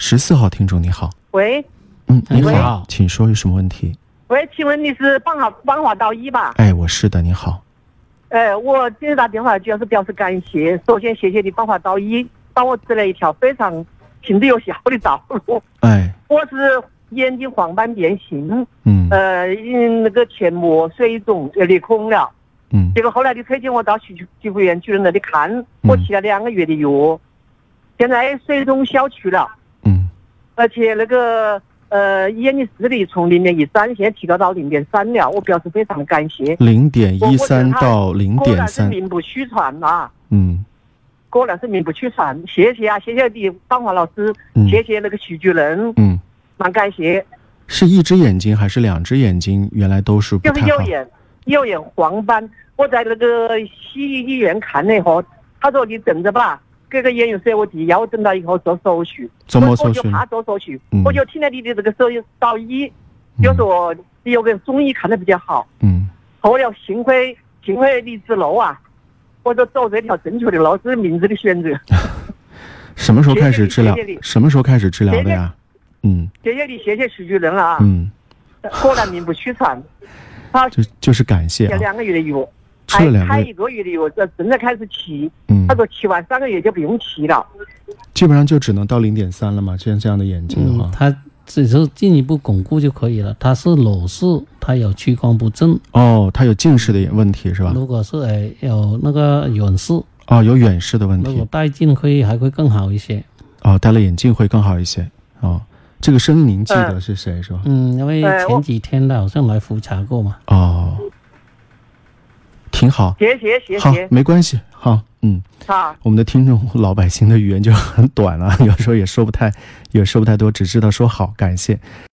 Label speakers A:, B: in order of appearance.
A: 十四号听众你好，
B: 喂
A: 嗯，你
B: 喂
A: 好，请说有什么问题？
B: 喂，请问你是邦华邦华道一吧？
A: 哎，我是的，你好，
B: 呃，我今天打电话主要是表示感谢，首先谢谢你邦华道一帮我指了一条非常行之有效的道路。
A: 哎，
B: 我是眼睛黄斑变性，
A: 嗯
B: 呃，嗯，那个前膜水肿呃裂孔了，
A: 嗯
B: 结果后来你推荐我到徐徐福院主任那里看，我吃了两个月的药，现在水肿消去了。
A: 嗯
B: 而且那个呃眼睛视力从零点一三现在提高到零点三了，我表示非常的感谢。
A: 零点
B: 我
A: 一三
B: 我觉得他
A: 到零
B: 果
A: 点
B: 然是
A: 三，
B: 名不虚传啊呐、
A: 嗯
B: 果然是名不虚传。谢谢啊，谢谢你，方华老师，
A: 嗯
B: 谢谢那个徐主任，
A: 嗯，
B: 蛮感谢。
A: 是一只眼睛还是两只眼睛？原来都是不
B: 就是
A: 太
B: 右
A: 好，
B: 眼右眼黄斑，我在那个西医院看了以后，他说你等着吧。各个眼有社我提要等到以后做手续，
A: 怎么
B: 我
A: 搜
B: 我
A: 寻
B: 就？怕做手续，
A: 嗯
B: 我就听了你的这个手到医，
A: 嗯
B: 就说你有个中医看的比较好，
A: 嗯
B: 后要幸亏幸亏你指路啊，我就走这条正确的路，这是明智的选择。
A: 什么时候开始
B: 学习
A: 治疗
B: 学习？
A: 什么时候开始治疗
B: 学
A: 的
B: 习
A: 呀？嗯
B: 谢谢你，谢谢徐主任了啊，
A: 嗯，
B: 果然名不虚传。他
A: 就就是感谢
B: 吃
A: 啊，
B: 两个月的药，
A: 吃了两个
B: 还开
A: 月，
B: 一个月的药，这正在开始吃。
A: 嗯
B: 他，说吃完三个月就不用吃了。
A: 基本上就只能到零点三了嘛，像这样的眼睛的
C: 嗯
A: 话，，
C: 它只是进一步巩固就可以了。它是裸视，它有屈光不正。
A: 哦，他有近视的眼问题是吧？
C: 如果是哎有那个远视，
A: 哦，有远视的问
C: 如果
A: 题，
C: 戴镜会还会更好一些。
A: 哦，戴了眼镜会更好一些。哦，这个声音您记得
B: 嗯
A: 是谁是吧？
C: 嗯，因为
B: 哎我
C: 前几天他好像来复查过嘛。
A: 哦，挺好，
B: 谢谢谢
A: 好，
B: 谢
A: 没关系，好，嗯，
B: 啊，
A: 我们的听众老 百姓的语言就很短了，有时候也说不太，也说不太多，只知道说好，感谢。